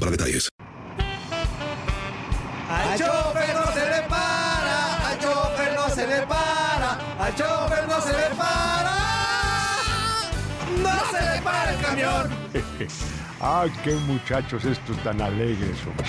para detalles. Al chofer no se le para, al chofer no se le para, al chofer no se le para. No se le para el camión. ¡Ay, qué muchachos estos tan alegres! hombre.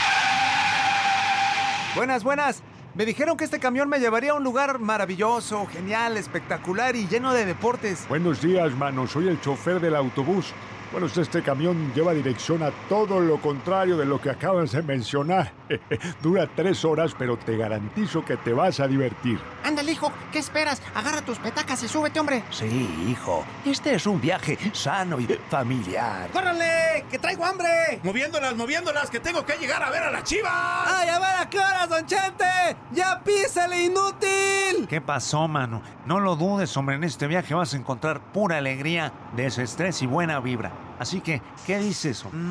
Buenas, buenas. Me dijeron que este camión me llevaría a un lugar maravilloso, genial, espectacular y lleno de deportes. Buenos días, mano. Soy el chofer del autobús. Bueno, este camión lleva dirección a todo lo contrario de lo que acabas de mencionar. Dura tres horas, pero te garantizo que te vas a divertir. Ándale, hijo, ¿qué esperas? Agarra tus petacas y súbete, hombre. Sí, hijo. Este es un viaje sano y familiar. ¡Córranle! ¡Que traigo hambre! Moviéndolas, moviéndolas, que tengo que llegar a ver a la chiva. ¡Ay, a ver a qué horas, don Chente! ¡Ya písele, inútil! ¿Qué pasó, mano? No lo dudes, hombre, en este viaje vas a encontrar pura alegría, desestrés y buena vibra. Así que, ¿qué dices? hombre?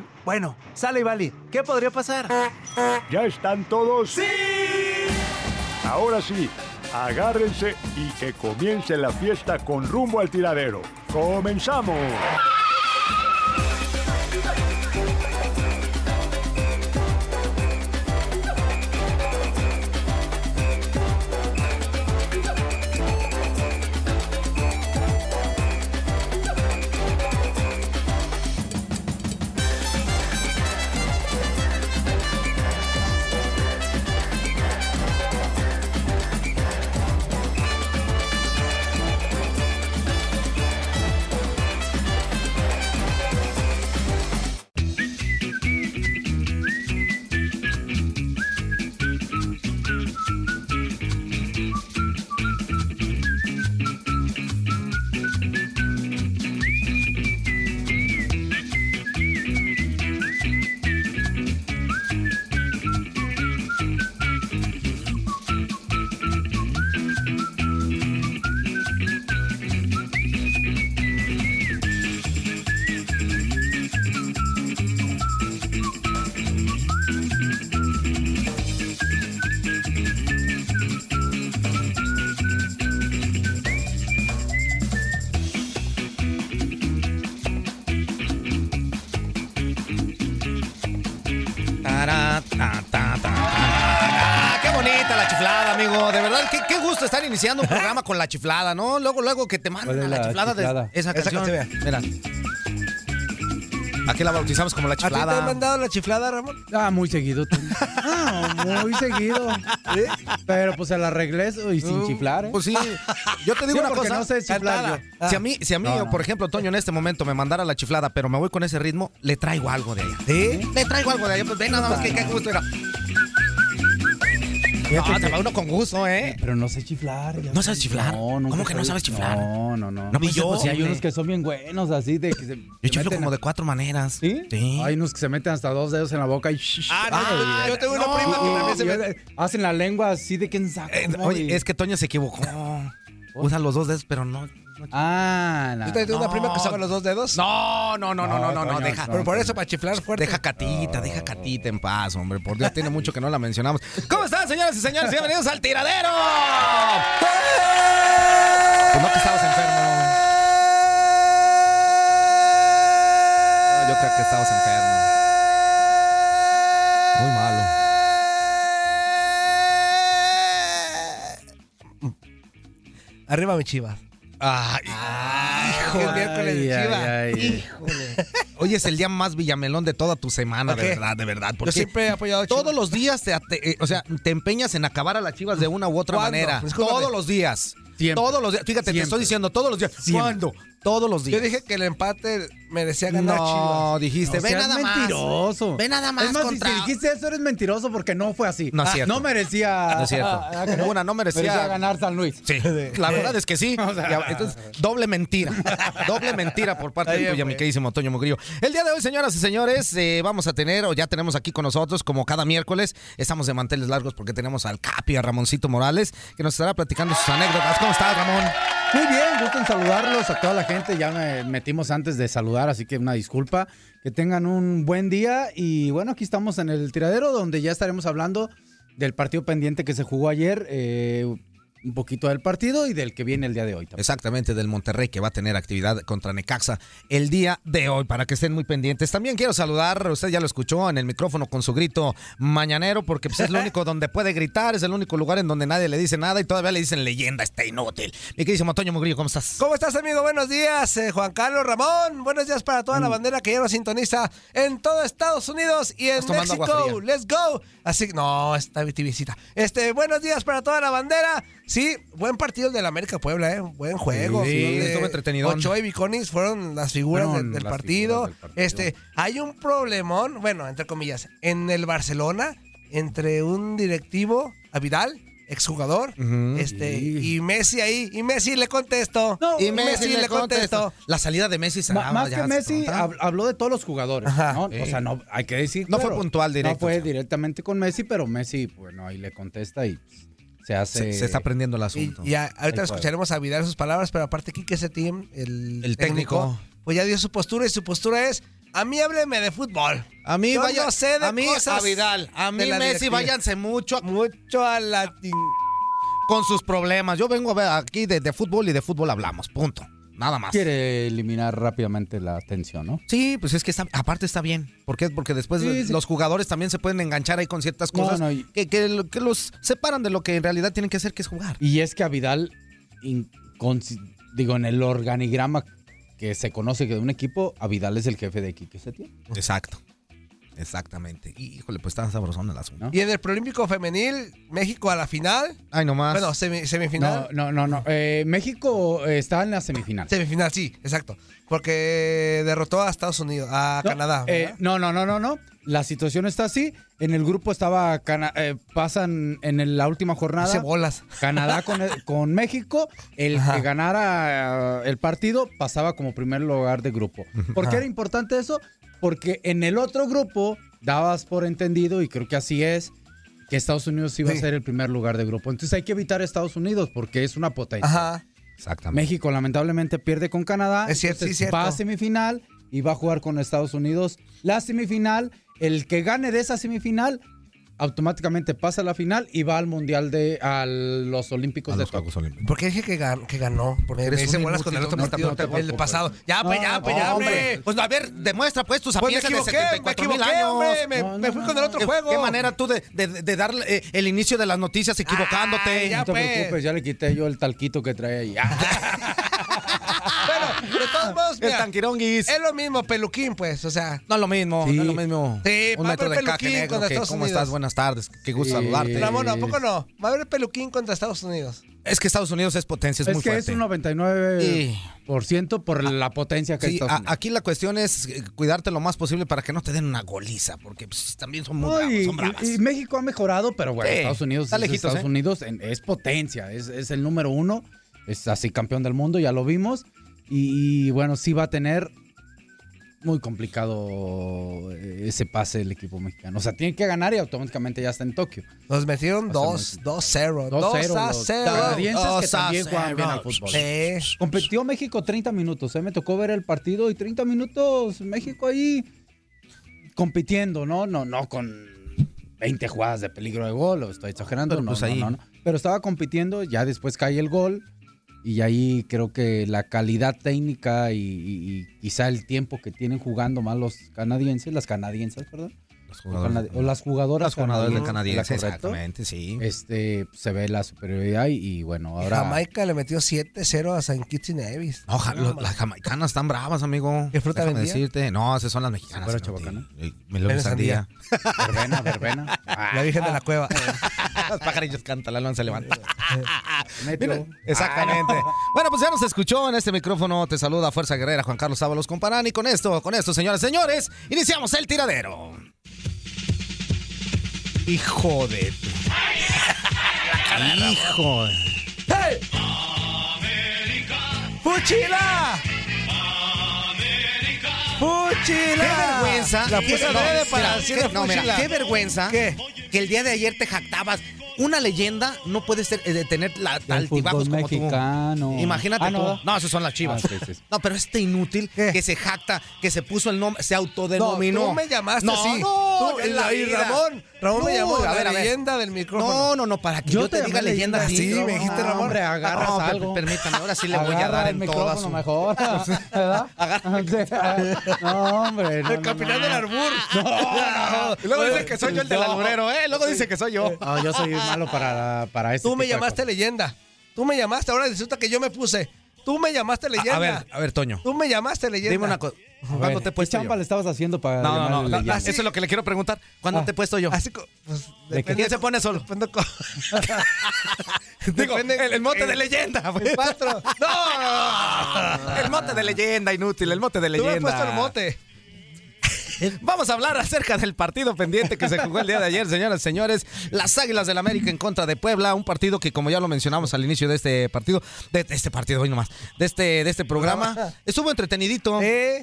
Mm, bueno, sale y vale. ¿Qué podría pasar? ¿Ya están todos? ¡Sí! Ahora sí, agárrense y que comience la fiesta con rumbo al tiradero. ¡Comenzamos! Tará, ta, ta, ta, ta. ¡Qué bonita la chiflada, amigo! De verdad, qué, qué gusto estar iniciando un programa con la chiflada, ¿no? Luego, luego que te mandan a la, chiflada, de esa canción. Mira. Aquí la bautizamos como la chiflada. ¿A ti te han mandado la chiflada, Ramón? Ah, muy seguido tú. Ah, muy seguido. Pero pues se la arreglé y sin Uh, chiflar, ¿eh? Pues sí. Yo te digo Sí, una porque cosa. no sé chiflar Cantada. yo. Si a mí, si a mí No, no. por ejemplo, Toño en este momento me mandara la chiflada, pero me voy con ese ritmo, le traigo algo de allá. ¿Sí? Le traigo algo de allá. Pues ve nada más que qué gusto. Mira. Fíjate No, que- se va uno con gusto, ¿eh? Pero no sé chiflar. ¿No sabes chiflar? ¿Cómo que no sabes chiflar? No, no, no. No, pues, yo. pues, Si hay hombre. unos que son bien buenos, así de que se. se chiflo meten como a- de cuatro maneras. ¿Sí? Hay unos que se meten hasta dos dedos en la boca y. Ah, no, yo tengo una prima que también se me. Hacen la lengua así de quién sabe. Eh, Oye, es que Toño se equivocó. Usa los dos dedos, pero no. Ah, la. ¿Tú te tenés una prima que usaba los dos dedos? No, no, no, no, no, no, no, Toño, deja. no, Pero por eso, para chiflar fuerte. Deja Catita, deja Catita en paz, hombre. Por Dios, tiene mucho que no la mencionamos. ¿Cómo están, señoras y señores? Bienvenidos al tiradero. Pues no que estabas enfermo. No, yo creo que estabas enfermo. Muy malo. Arriba mi chivas. Ay, hijo. el miércoles de Ay, Chivas. ay, ay. Hoy es el día más villamelón de toda tu semana, Ok. de verdad, de verdad. Yo siempre he apoyado a Chivas. Todos los días te, te- eh, o sea, te empeñas en acabar a las chivas de una u otra ¿Cuándo? manera. Discúlpame. Todos los días. Siempre. Todos los días. Fíjate, te Siempre. estoy diciendo, todos los días. Siempre. ¿Cuándo? Todos los días. Yo dije que el empate merecía ganar Chivas. No seas mentiroso. mentiroso. Es Es más, si- Si, si dijiste eso, eres mentiroso porque no fue así. Ah, no No merecía. No es cierto. Ninguna, no merecía. Ah, Merecía ganar San Luis. Sí, la verdad es que sí. Ya, Entonces, doble mentira. Doble mentira por parte Está bien, tuya, mi güey. queridísimo Toño Mugrillo. El día de hoy, señoras y señores, eh, vamos a tener, o ya tenemos aquí con nosotros, como cada miércoles, estamos de manteles largos porque tenemos al Capi, a Ramoncito Morales, que nos estará platicando sus anécdotas. ¿Cómo estás, Ramón? Muy bien, gusto en saludarlos a toda la gente. Ya me metimos antes de saludar, así que una disculpa. Que tengan un buen día. Y bueno, aquí estamos en el tiradero donde ya estaremos hablando del partido pendiente que se jugó ayer. eh, un poquito del partido y del que viene el día de hoy. Exactamente, del Monterrey que va a tener actividad contra Necaxa el día de hoy, para que estén muy pendientes. También quiero saludar, usted ya lo escuchó en el micrófono con su grito mañanero, porque pues, es lo único donde puede gritar, es el único lugar en donde nadie le dice nada y todavía le dicen leyenda, está inútil. Mi queridísimo Toño Mugrillo, ¿cómo estás? ¿Cómo estás, amigo? Buenos días, eh, Juan Carlos Ramón. Buenos días para toda la Mm. bandera que ya nos sintoniza en todo Estados Unidos y en Estás tomando agua México. fría. Let's go. Así que, no, esta visita. Este, buenos días para toda la bandera. Sí, buen partido el del América Puebla, ¿eh? Buen juego. Sí, Donde estuvo entretenidón. Ochoa y Viconis fueron las figuras de- Fueron del, las partido. figuras del partido. Este, hay un problemón, bueno, entre comillas, en el Barcelona entre un directivo, a Vidal, exjugador, Ujú. este, y Messi ahí, y Messi le contesto. y Messi, le contesto. La salida de Messi se Ma- más que Messi hab- habló de todos los jugadores, ¿no? O sea, no hay que decir. No fue puntual directo, No fue directamente con Messi, pero Messi, bueno, ahí le contesta y se hace. Se- se está aprendiendo el asunto. Y, y a- El ahorita juego. escucharemos a Vidal sus palabras, pero aparte Kike Setién, el, El técnico. pues ya dio su postura y su postura es: a mí hábleme de fútbol. A mí Yo vaya- no sé de a mí, cosas a Vidal, de a mí la Messi, directiva". váyanse mucho a- mucho a la con sus problemas. Yo vengo a ver aquí de, de fútbol y de fútbol hablamos, punto. Nada más. Quiere eliminar rápidamente la tensión, ¿no? Sí, pues es que está- aparte está bien. ¿Por qué? Porque después Sí, sí. los jugadores también se pueden enganchar ahí con ciertas No, cosas no, y- que, que lo- que los separan de lo que en realidad tienen que hacer, que es jugar. Y es que a Vidal, in- consi- digo, en el organigrama que se conoce que de un equipo, a Vidal es el jefe de Quique Setién. Exacto. Exactamente. Y, Híjole, pues está sabrosón el asunto. Y en el Prolímpico Femenil, México a la final. Ay, nomás. Bueno, semi- semifinal. No, no, no. México eh, está en la semifinal. Semifinal, sí, exacto. Porque derrotó a Estados Unidos, a Canadá. no, no, no, no, no. La situación está así. En el grupo estaba. Cana- eh, pasan en el- la última jornada. Hice bolas. Canadá con, con México. El que ganara eh, el partido pasaba como primer lugar de grupo. ¿Por qué Ajá. era importante eso? Porque en el otro grupo dabas por entendido, y creo que así es, que Estados Unidos iba a ser el primer lugar de grupo. Entonces hay que evitar a Estados Unidos porque es una potencia. Ajá. Exactamente. México lamentablemente pierde con Canadá. Es cierto, entonces sí, cierto. Va a semifinal y va a jugar con Estados Unidos. La semifinal, el que gane de esa semifinal automáticamente pasa a la final y va al mundial de a los Olímpicos de Tokio. ¿Por qué dije que, ganó? Porque Eres un inútil, no, no te el preocupes. pasado. Ya, pues, ya, pues, ya, hombre. Pues a ver, demuestra pues tus Pues me sapiencias de equivoqué, me 74 mil equivoqué, años. hombre, me- No, me no, fui no, con el otro ¿Qué- juego. Qué manera tú de, de, de dar eh, el inicio de las noticias equivocándote. pues. pues. No te preocupes, ya le quité yo el talquito que trae ahí. Ah. De todos modos, El mira, tanquironguis. Es lo mismo, peluquín, pues, o sea. No es lo mismo, Sí. no es lo mismo. Sí, un va a metro haber de caca peluquín negro. contra que, Estados ¿Cómo Unidos. estás? Buenas tardes. Qué gusto saludarte. Ramón, ¿a poco no? Va a haber peluquín contra Estados Unidos. Es que Estados Unidos es potencia, es, Es muy que fuerte. es un 99% por la potencia que Sí, ah. está. a- aquí la cuestión es eh, cuidarte lo más posible para que no te den una goliza, porque pues, también son muy bravos, son bravas. y, y México ha mejorado, pero bueno, Sí, Estados Unidos está es lejitos, Estados ¿eh? Unidos en- es potencia, es, es el número uno, es así campeón del mundo, ya lo vimos. Y, y, bueno, sí va a tener muy complicado eh, ese pase el equipo mexicano. O sea, tiene que ganar y automáticamente ya está en Tokio. Nos metieron 2-0. 2-0. 2-0. Los canadienses que también juegan bien al fútbol. Sí. Competió México 30 minutos. eh, Me tocó ver el partido y 30 minutos México ahí compitiendo, ¿no? No, no con 20 jugadas de peligro de gol, o estoy exagerando. Pero no, pues no, ahí. no, no. Pero estaba compitiendo, ya después cae el gol. Y ahí creo que la calidad técnica y, y- y quizá el tiempo que tienen jugando más los canadienses, las canadienses, perdón. jugadoras. O canadi- o las jugadoras Las jugadoras de canadienses, canadiense, ¿correcto? exactamente, sí. Este, se ve la superioridad y, y bueno, ahora... Jamaica le metió 7-0 a San Kitts y Nevis. No, ja- lo- las jamaicanas están bravas, amigo. ¿Qué fruta Déjame vendía? decirte. No, esas son las mexicanas. ¿Se fuera ¿no? chabacana? Sí, melón y Menos sandía. sandía. Verbena, verbena. La Virgen de la Cueva. Los pajarillos cantan, la lona se levanta. Mira, exactamente. Ah, Bueno, pues ya nos escuchó en este micrófono. Te saluda Fuerza Guerrera Juan Carlos Ábalos Comparán. Y con esto, con esto, señoras y señores, iniciamos el tiradero. Hijo de. Hijo de. ¡Hey! ¡Fuchila! ¡Fuchila! ¡Qué vergüenza! La Qué- fuerza no, breve para mira, decirle qué- no, mira, fuchila. qué vergüenza que el día de ayer te jactabas. Una leyenda no puede ser, eh, de tener la, altibajos fútbol como mexicano. tú. Imagínate Ah, tú. ¿no? No, esos son las chivas. Ah, sí, sí, sí. No, pero este inútil que se jacta, que se puso el nombre, se autodenominó. No, tú me llamaste no, así. No, Tú, en y- la y vida. Ramón, Ramón me llamó la leyenda del No, micrófono. Ah, no, no, para que Yo yo, te te, diga llamé leyenda. leyenda, sí, me dijiste, Ramón. Hombre, agarras No, per- algo. Permítame, ahora sí le voy a Agarra dar el en toda micrófono su... mejor. ¿Verdad? Sí. No, hombre. No, El capitán del arbur. Y luego dice que soy yo el del alburero, ¿eh? Luego dice que soy yo. No, yo soy malo para, para este esto. Tú me llamaste leyenda. Tú me llamaste. Ahora resulta que yo me puse. Tú me llamaste leyenda. A ver, a ver, Toño. Tú me llamaste leyenda. Dime una cosa. ¿Cuándo te he ¿Qué puesto yo? chamba le estabas haciendo para.? No, llamarle no, no. leyenda? Eso es lo que le quiero preguntar. ¿Cuándo Ah. te he puesto yo? Así, co- pues, ¿De depende- qué? ¿Quién se pone solo? depende co- Digo, el, el mote de el- leyenda. pues. el patro. ¡No! El mote de leyenda, inútil. El mote de Tú leyenda. me has puesto el mote. Vamos a hablar acerca del partido pendiente que se jugó el día de ayer, señoras y señores. Las Águilas del América en contra de Puebla, un partido que como ya lo mencionamos al inicio de este partido, de, de este partido hoy nomás, de este, de este programa, estuvo entretenidito.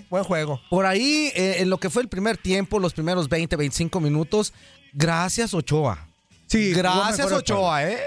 buen juego. Por ahí, eh, en lo que fue el primer tiempo, los primeros 20, 25 minutos, gracias Ochoa. Sí, jugó gracias mejor el Ochoa, ¿eh?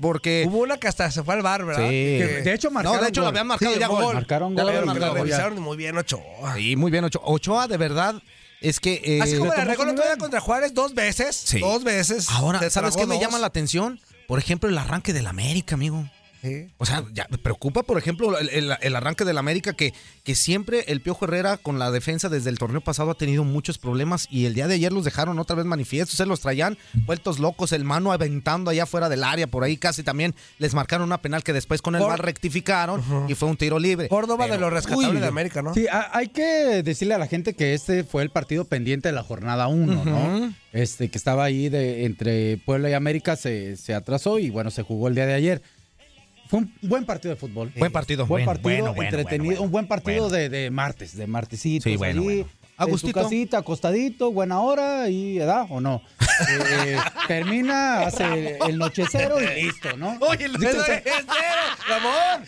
Porque... Hubo una que hasta se fue al bar, ¿verdad? Sí. Que- De hecho, marcaron No, de hecho lo gol. habían marcado Sí, ya gol. gol. Marcaron Ya lo gol, habían Pero marcado la gol. revisaron muy bien, Ochoa. Sí, muy bien Ochoa. Ochoa, de verdad, es que... eh, Así como la regó el otro día contra Juárez dos veces. Sí. Dos veces. Ahora, Se ¿sabes qué tragó me dos. llama la atención? Por ejemplo, el arranque del América, amigo. Sí. O sea, ya me preocupa, por ejemplo, el, el- el arranque del América, que, que siempre el Piojo Herrera con la defensa desde el torneo pasado ha tenido muchos problemas y el día de ayer los dejaron otra vez manifiestos, se los traían vueltos locos, el mano aventando allá fuera del área, por ahí casi también les marcaron una penal que después con el Cor- VAR rectificaron y fue un tiro libre. Córdoba de Pero- los rescatables Uy, de América, ¿no? Sí, a- hay que decirle a la gente que este fue el partido pendiente de la jornada 1, ¿no? Este, que estaba ahí de, entre Puebla y América, se, se atrasó y bueno, se jugó el día de ayer. Fue un buen partido de fútbol. Buen partido. Buen Bueno, partido bueno, bueno, entretenido, bueno, un buen partido bueno. de, de martes, de martesito. Sí, bueno, bueno. A En gustito. su casita, acostadito, buena hora y edad, ¿o no? Eh, eh, termina, hace el nochecero y listo, ¿no? Oye, el Pero, o sea, Ramón.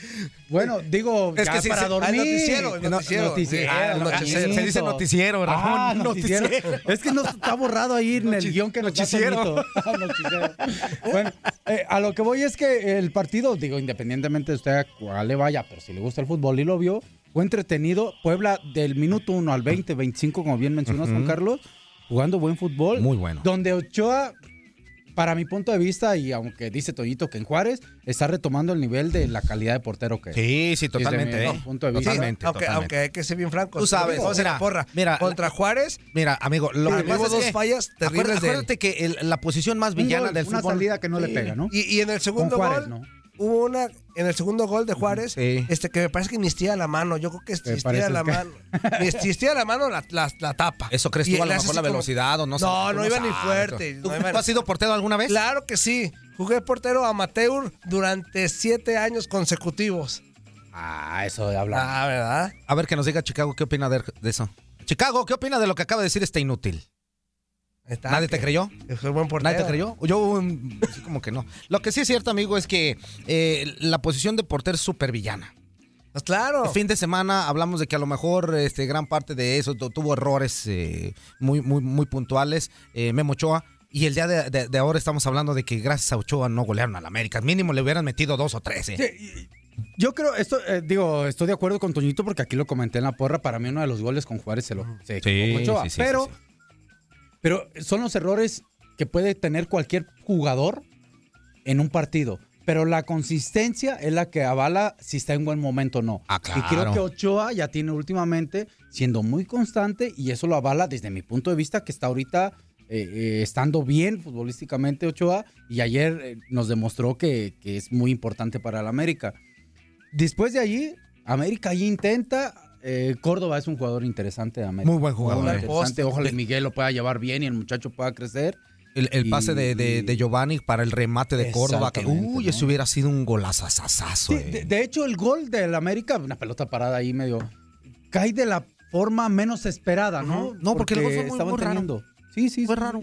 bueno, digo, Es ya que sí, para sí, dormir. al noticiero, el No- noticiero. noticiero, Ah, el ah, noticiero. Se dice noticiero, Ramón, Ah, noticiero. noticiero. Es que no está borrado ahí en el guión que nos da noticiero. Toñito. Ah, noticiero. Bueno, eh, a lo que voy es que el partido, digo, independientemente de usted a cuál le vaya, pero si le gusta el fútbol y lo vio, fue entretenido. Puebla del minuto 1 al 20, 25, como bien mencionas, Juan Carlos, jugando buen fútbol. Muy bueno. Donde Ochoa para mi punto de vista, y aunque dice Toñito que en Juárez, está retomando el nivel de la calidad de portero que es. Sí, sí, totalmente. Desde mi ¿eh? punto de vista. Totalmente, aunque, totalmente. aunque hay que ser bien franco. Tú sabes, Vamos a la mira, porra. mira, contra Juárez, Mira, amigo, lo Sí, que pasa hubo es dos que- fallas terribles Acuérdate, de él. acuérdate que el- la posición más Un villana gol, del una fútbol salida que no le pega, ¿no? y, y en el segundo Con Juárez, gol, ¿no? hubo una en el segundo gol de Juárez este, que me parece que mistía la mano. Yo creo que si estira parece la que- mano. ni- Si estira la mano, la, la- la tapa. Eso crees Y tú a lo le hace mejor así la como- velocidad o no sé, No, tú no iba ni sabes. fuerte. ¿Tú, no iba- tú has sido portero alguna vez? Claro que sí. Jugué portero amateur durante siete años consecutivos. Ah, eso de hablar. Ah, ¿verdad? A ver que nos diga Chicago qué opina de, de eso. Chicago, ¿qué opina de lo que acaba de decir este inútil? ¿Nadie te creyó? Soy buen portero. ¿Nadie te creyó? Yo um, sí, como que no. Lo que sí es cierto, amigo, es que eh, la posición de portero es súper villana. Pues claro. El fin de semana hablamos de que a lo mejor este, gran parte de eso tu- tuvo errores eh, muy, muy, muy puntuales. eh, Memo Ochoa. Y el día de, de- de ahora estamos hablando de que gracias a Ochoa no golearon al América. Mínimo le hubieran metido dos o tres. eh. Yo creo, esto, eh, digo, estoy de acuerdo con Toñito porque aquí lo comenté en la porra. Para mí, uno de los goles con Juárez se lo se equivocó Ochoa. sí, sí, pero, pero son los errores que puede tener cualquier jugador en un partido. Pero la consistencia es la que avala si está en buen momento o no. Y creo Ah, claro. que Ochoa ya tiene últimamente siendo muy constante y eso lo avala desde mi punto de vista que está ahorita eh, eh, estando bien futbolísticamente Ochoa y ayer eh, nos demostró que, que es muy importante para el América. Después de allí, América allí intenta. eh, Córdoba es un jugador interesante de América. Muy buen jugador, Muy eh. interesante. Ojalá Miguel lo pueda llevar bien y el muchacho pueda crecer. El, el pase de, de- de Giovanni para el remate de Córdoba, que Exactamente, uy, eso hubiera sido un golazazazazo. eh. De, de hecho, el gol del América, una pelota parada ahí medio, cae de la forma menos esperada, ¿no? Ujú. No, porque el gol fue muy- estaban muy raro. teniendo. Sí, sí. Fue raro.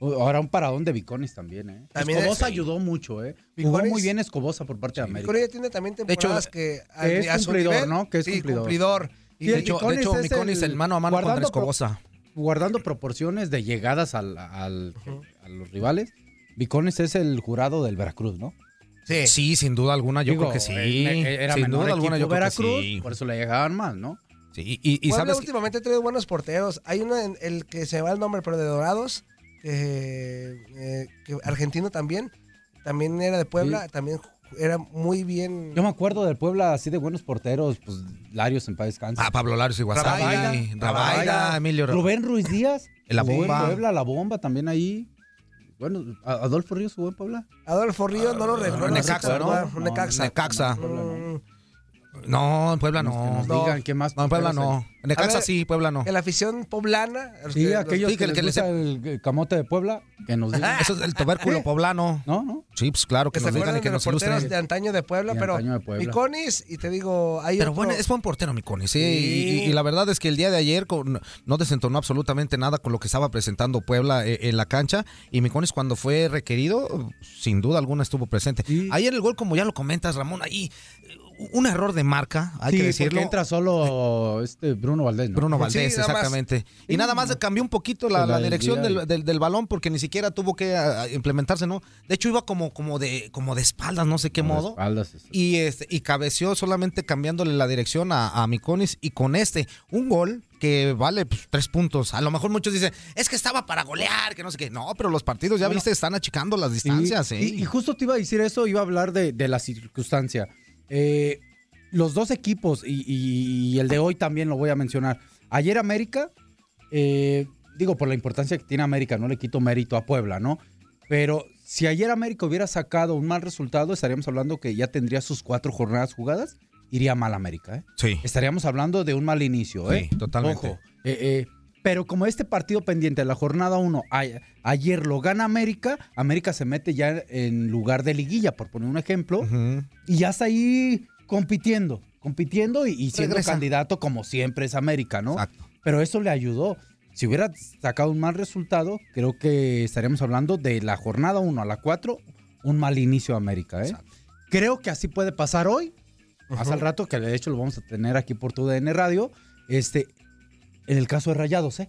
Ahora un paradón de Viconis también, ¿eh? También Escobosa es- ayudó mucho, ¿eh? Jugó Biconis- muy bien Escobosa por parte de América. Corea tiene también hecho, temporadas que a- que es a su cumplidor, nivel- ¿no? Que es sí, cumplidor. Y Sí, de el hecho, Biconis de hecho es Biconis el mano a mano contra Escobosa. pro- guardando proporciones de llegadas al- al- a los rivales, Viconis es el jurado del Veracruz, ¿no? Sí. sin duda alguna, yo Digo, creo que sí. eh, Era sin menor duda alguna, equipo yo creo que Veracruz, sí. por eso le llegaban más, ¿no? Sí, y, y Puebla sabes que- últimamente trae buenos porteros. Hay uno en el que se me va el nombre, pero de Dorados, eh, eh, que argentino también, también era de Puebla, Sí. también ju- era muy bien. Yo me acuerdo del Puebla así de buenos porteros, pues Larios en paz descanse. Ah, Pablo Larios y Guasave, Rabaida, Rabaida, Rabaida, Emilio Ra- Rubén Ruiz Díaz. La jugó en Bomba. Puebla, la bomba también ahí. Bueno, ¿A- Adolfo Ríos jugó en Puebla. Adolfo Ríos no lo recuerdo. Necaxa, ¿no? Un Necaxa. Necaxa. No, en Puebla no. nos digan qué más No, en Puebla porteros no. hay. En Necaxa A ver, sí, Puebla no. En la afición poblana. los Sí, que- los- aquellos sí, que, les gusta el el camote de Puebla, que nos digan. Eso es Pues, el tubérculo poblano. No, no. Sí, pues claro que que se nos digan acuerdan y que de los nos porteros ilustren. de antaño de Puebla, De pero antaño de Puebla. Biconis, y te digo, hay Pero otro- bueno, es buen portero, mi Connie, sí, Sí. Y, y- y la verdad es que el día de ayer con- no desentonó absolutamente nada con lo que estaba presentando Puebla eh, en la cancha. Y mi Conis, cuando fue requerido, sin duda alguna estuvo presente. Ayer el gol, como ya lo comentas, Ramón, ahí eh, un error de marca, Sí, hay que Ah, porque decirlo. entra solo este Bruno Valdés, ¿no? Bruno Valdés, exactamente. Y nada más cambió un poquito la, Se la la dirección desviaron. del, del- del balón porque ni siquiera tuvo que ah, implementarse, ¿no? De hecho, iba como, como, de, como de espaldas, no sé qué Como de modo. espaldas, exacto. y, este, y cabeció solamente cambiándole la dirección a, a Miconis y con este, un gol que vale pues, tres puntos. A lo mejor muchos dicen, es que estaba para golear, que no sé qué. No, pero los partidos, ya Bueno, viste, están achicando las Sí, distancias, ¿eh? Y, y justo te iba a decir eso, iba a hablar de, de la circunstancia. Eh, los dos equipos, y, y- y el de hoy también lo voy a mencionar. Ayer América, eh, digo, por la importancia que tiene América, no le quito mérito a Puebla, ¿no? Pero si ayer América hubiera sacado un mal resultado, estaríamos hablando que ya tendría sus cuatro jornadas jugadas, iría mal América, ¿eh? Sí. Estaríamos hablando de un mal inicio, ¿eh? Sí, totalmente. Ojo, eh, eh, pero como este partido pendiente de la jornada 1 ayer lo gana América, América se mete ya en lugar de liguilla, por poner un ejemplo, y ya está ahí compitiendo, compitiendo y, y siendo Regresa. candidato como siempre es América, ¿no? Pero eso le ayudó. Si hubiera sacado un mal resultado, creo que estaríamos hablando de la jornada 1 a la 4, un mal inicio de América, ¿eh? Creo que así puede pasar hoy. Más al rato, que de hecho lo vamos a tener aquí por tu DN Radio. Este, en el caso de Rayados, ¿eh?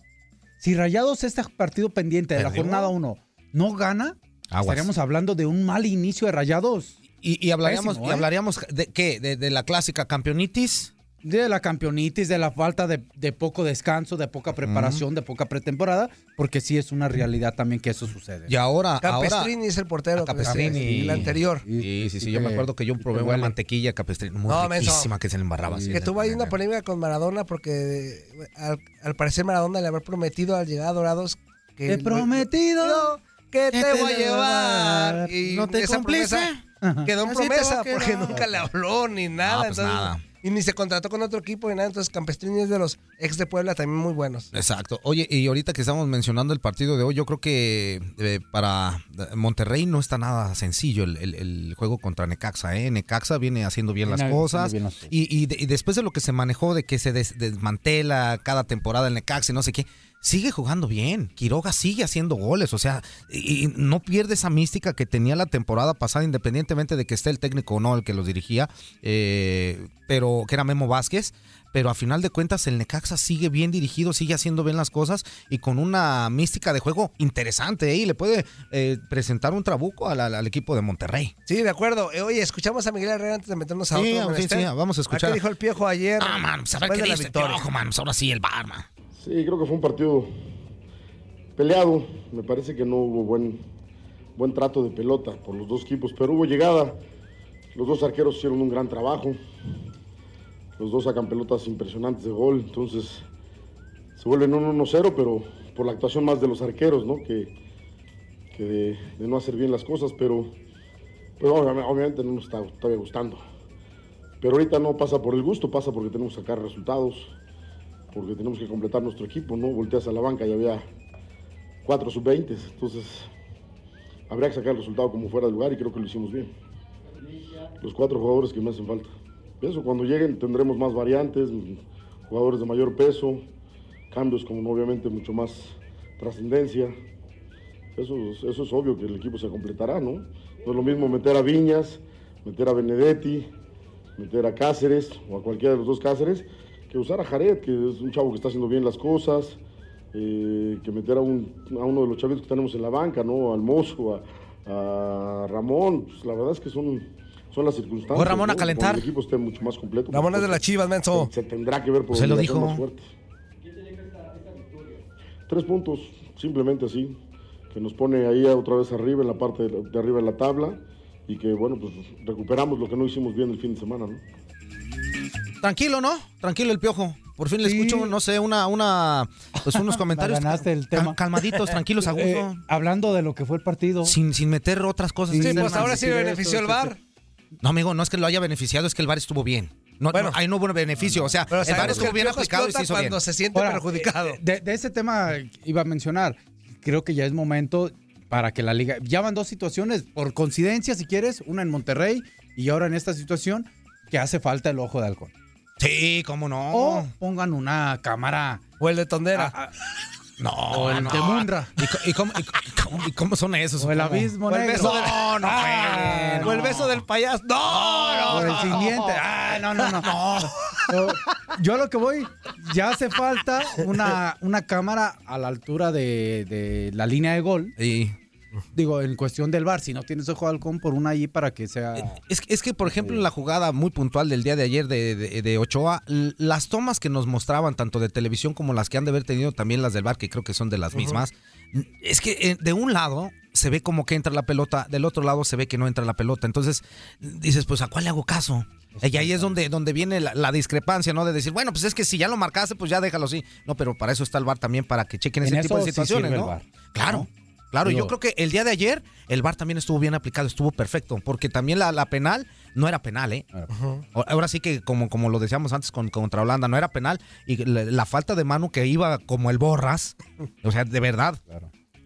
Si Rayados este partido pendiente de la Perdió. jornada 1 no gana, Aguas. estaríamos hablando de un mal inicio de Rayados. Y, y hablaríamos, Pésimo, y ¿eh? hablaríamos de qué? De, de la clásica campeonitis. De la campeonitis, de la falta de, de poco descanso, de poca preparación, de poca pretemporada, porque sí es una realidad también que eso sucede. Y ahora, ahora Capestrini es el portero. que- Capestrini. El anterior. Sí, sí, sí. Yo me acuerdo que yo probé una huele. mantequilla capestrini muy No, menso. riquísima que se le embarraba. así. Que tuvo ahí una polémica con Maradona porque eh, al, al parecer Maradona le había prometido al llegar a Dorados que He prometido que que te, te voy a voy a llevar dar. y ¿No te esa cumpliste? promesa quedó en Así te va a promesa porque quedar. nunca le habló ni nada. pues entonces, nada. Y ni se contrató con otro equipo ni nada. Entonces, Campestrini es de los ex de Puebla también muy buenos. Exacto. Oye, y ahorita que estamos mencionando el partido de hoy, yo creo que eh, para Monterrey no está nada sencillo el, el- el juego contra Necaxa. ¿eh? Necaxa viene haciendo bien las Viene haciendo cosas. bien las Y, y de- y después de lo que se manejó, de que se des- desmantela cada temporada el Necaxa y no sé qué, sigue jugando bien. Quiroga sigue haciendo goles. O sea, y, y no pierde esa mística que tenía la temporada pasada, independientemente de que esté el técnico o no el que los dirigía, eh, pero que era Memo Vázquez. Pero a final de cuentas, el Necaxa sigue bien dirigido, sigue haciendo bien las cosas y con una mística de juego interesante. ¿eh? Y le puede eh, presentar un trabuco al, al- al equipo de Monterrey. Sí, de acuerdo. Eh, Oye, escuchamos a Miguel Herrera antes de meternos a Sí, otro. sí, menester. sí, vamos a escuchar. ¿Qué dijo el piojo ayer? Ah, man, pues a después ver qué de la dice el victoria. Piojo, man, pues ahora sí el bar, man. Sí, creo que fue un partido peleado. Me parece que no hubo buen, buen trato de pelota por los dos equipos, pero hubo llegada. Los dos arqueros hicieron un gran trabajo. Los dos sacan pelotas impresionantes de gol. Entonces se vuelven un 1-0, pero por la actuación más de los arqueros, ¿no? Que, que de, de no hacer bien las cosas, pero, pero obvia- obviamente no nos está todavía gustando. Pero ahorita no pasa por el gusto, pasa porque tenemos que sacar resultados porque tenemos que completar nuestro equipo, ¿no? Volteas a la banca y había cuatro sub-20, entonces habría que sacar el resultado como fuera de lugar y creo que lo hicimos bien. Los cuatro jugadores que me hacen falta. Pienso cuando lleguen tendremos más variantes, m- jugadores de mayor peso, cambios como obviamente mucho más trascendencia. Eso, es- eso es obvio que el equipo se completará, ¿no? No es lo mismo meter a Viñas, meter a Benedetti, meter a Cáceres o a cualquiera de los dos Cáceres que usar a Jared, que es un chavo que está haciendo bien las cosas, eh, que meter a, un- a uno de los chavitos que tenemos en la banca, ¿no? Al Mozo, a, a Ramón, pues, la verdad es que son, son las circunstancias. Oye, Ramón, a ¿no? calentar. Cuando El equipo esté mucho más completo. Ramón es de las Chivas, menso. Se tendrá que ver por Oh. Se lo obligación dijo. más fuerte. Tres puntos, simplemente así, que nos pone ahí otra vez arriba, en la parte de, de arriba de la tabla, y que, bueno, pues recuperamos lo que no hicimos bien el fin de semana, ¿no? Tranquilo, ¿no? Tranquilo el piojo. Por fin le escucho, no sé, una, una, pues unos comentarios. ganaste el cal- tema. calmaditos, tranquilos, a gusto. Eh, hablando de lo que fue el partido. Sin, sin meter otras cosas. Sí, externas. pues ahora sí benefició el VAR. No, amigo, no es que lo haya beneficiado, es que el bar estuvo bien. No, no, ahí no hubo beneficio. O sea, el bar sabemos que estuvo el bien piojo aplicado y se explota hizo bien. cuando se siente Ahora, perjudicado. eh, De, de ese tema iba a mencionar, creo que ya es momento para que la liga. Ya van dos situaciones, por coincidencia, si quieres, una en Monterrey y ahora en esta situación, que hace falta el ojo de halcón. Sí, cómo no. O pongan una cámara. O el de Tondera. Ah, No, o el no. de Munra. ¿Y, co- y cómo, y co- y cómo- y cómo son esos? O el abismo O el negro. beso del- No, no, Ah, güey, no. O el beso del payaso. No, no, o el no. siguiente. Ah, no, no, no. Yo- Yo a lo que voy, ya hace falta una, una cámara a la altura de, de la línea de gol. Digo, en cuestión del bar, si no tienes ojo de halcón, por una allí para que sea. Es, que- es que, por ejemplo, en la jugada muy puntual del día de ayer de, de- de Ochoa, l- las tomas que nos mostraban, tanto de televisión como las que han de haber tenido también las del bar, que creo que son de las Ujú. mismas, n- es que eh, de un lado se ve como que entra la pelota, del otro lado se ve que no entra la pelota. Entonces dices, pues, ¿a cuál le hago caso? Y ahí es donde, donde viene la, la discrepancia, ¿no? De decir, bueno, pues es que si ya lo marcaste, pues ya déjalo así. No, pero para eso está el bar también, para que chequen ese En tipo de eso sí situaciones, sirve el ¿no? VAR, Claro. Claro, Digo- yo creo que el día de ayer el VAR también estuvo bien aplicado, estuvo perfecto, porque también la, la penal no era penal, ¿eh? O- Ahora sí que, como, como lo decíamos antes con, contra Holanda, no era penal y la, la falta de mano que iba como el borras, o sea, de verdad.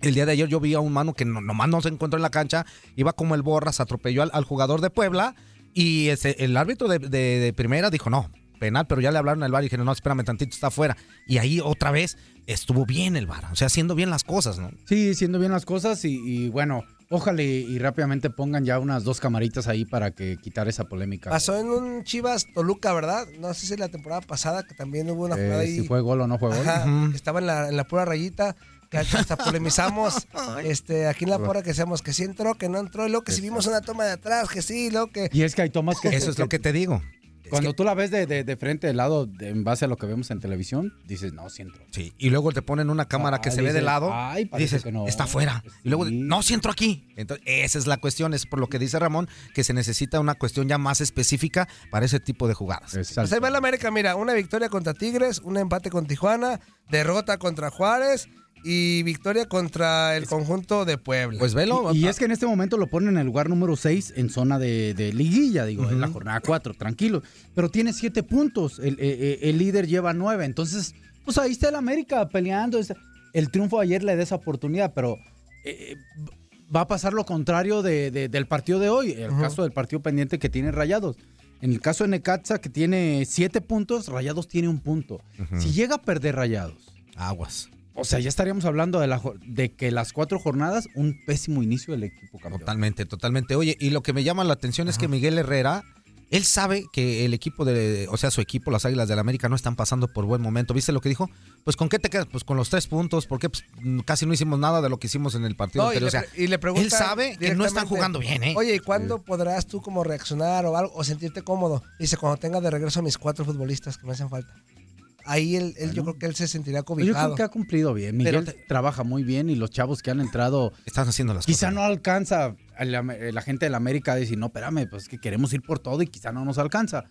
El día de ayer yo vi a un mano que no, nomás no se encontró en la cancha, iba como el borras, atropelló al, al jugador de Puebla y ese- el árbitro de, de- de primera dijo no, penal, pero ya le hablaron al VAR y dijeron no, espérame tantito, está afuera. Y ahí otra vez estuvo bien el VAR, o sea, haciendo bien las cosas, ¿no? Sí, haciendo bien las cosas y, y bueno, ojalá y, y rápidamente pongan ya unas dos camaritas ahí para que quitar esa polémica. Pasó en un Chivas Toluca, ¿verdad? No sé si la temporada pasada que también hubo una Eh, jugada ahí. si fue gol o no fue gol. Ajá, Ujú. que estaba en la, en la pura rayita, que hasta polemizamos este, aquí en la pura que seamos que sí entró, que no entró, y luego que si vimos una toma de atrás, que sí, y luego que... Y es que hay tomas que. Eso es lo que te digo. Cuando tú la ves de, de- de frente, de lado, de- en base a lo que vemos en televisión, dices, no, sí entró. Sí, y luego te ponen una cámara Ah, que se ve de dices, lado, "Ay, parece dices, que no". está afuera. Y luego, no, si entro aquí. Entonces, esa es la cuestión, es por lo que dice Ramón, que se necesita una cuestión ya más específica para ese tipo de jugadas. Pues ahí va el América, mira, una victoria contra Tigres, un empate con Tijuana, derrota contra Juárez y victoria contra el conjunto de Puebla. Pues velo. Y, y, es que en este momento lo ponen en el lugar número 6 en zona de, de liguilla, digo, uh -huh. en la jornada 4, tranquilo. Pero tiene 7 puntos, el, el, el, líder lleva 9, entonces, pues ahí está el América peleando. El triunfo ayer le da esa oportunidad, pero eh, va a pasar lo contrario de, de, del partido de hoy, el uh -huh. caso del partido pendiente que tiene Rayados. En el caso de Necaxa, que tiene 7 puntos, Rayados tiene un punto. Uh -huh. Si llega a perder Rayados, aguas. O sea, ya estaríamos hablando de, la, de que las cuatro jornadas, un pésimo inicio del equipo campeón. Totalmente, totalmente. Oye, y lo que me llama la atención Ajá. es que Miguel Herrera, él sabe que el equipo de, o sea, su equipo, las Águilas del la América, no están pasando por buen momento. ¿Viste lo que dijo? Pues con qué te quedas, pues con los tres puntos, porque pues, casi no hicimos nada de lo que hicimos en el partido no, Y anterior. le, o sea, y le pregunta él sabe que no están jugando bien, ¿eh? Oye, ¿y cuándo sí. podrás tú como reaccionar o algo, o sentirte cómodo? Dice, cuando tenga de regreso a mis cuatro futbolistas que me hacen falta ahí él, él bueno. yo creo que él se sentirá cobijado. Yo creo que ha cumplido bien. Miguel te... trabaja muy bien y los chavos que han entrado. Están haciendo las quizá cosas. Quizá no alcanza. A la, a la, gente de la América a decir, no, espérame, pues que queremos ir por todo y quizá no nos alcanza.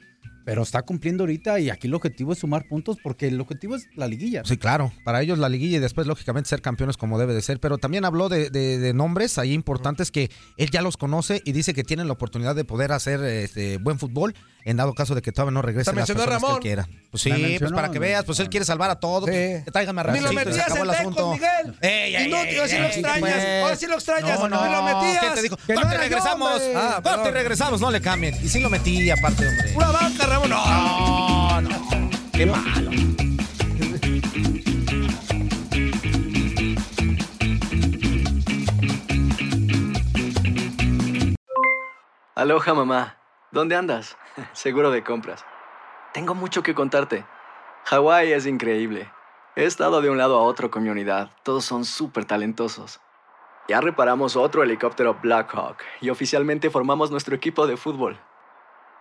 Pero está cumpliendo ahorita y aquí el objetivo es sumar puntos porque el objetivo es la liguilla. Sí, claro. Para ellos la liguilla y después, lógicamente, ser campeones como debe de ser. Pero también habló de, de, de nombres ahí importantes que él ya los conoce y dice que tienen la oportunidad de poder hacer este, buen fútbol en dado caso de que todavía no regrese la mencionó Ramón. Que él quiera. Pues sí, mencionó, pues para que veas, pues él quiere salvar a todos. Sí. Pues, tráigame a Ni lo metías y se acabó el asunto. Miguel. Ey, ey, Inútil, así lo extrañas. Ahora sí lo extrañas. No, no, lo metías. ¿Qué te dijo? Que corte no regresamos. Yo, ah, corte regresamos, no le cambien. Y sí lo metí, aparte, hombre. Una banca, Ramón. No, no. Qué malo. Aloha, mamá. ¿Dónde andas? Seguro de compras. Tengo mucho que contarte. Hawái es increíble. He estado de un lado a otro con mi unidad. Todos son súper talentosos. Ya reparamos otro helicóptero Blackhawk y oficialmente formamos nuestro equipo de fútbol.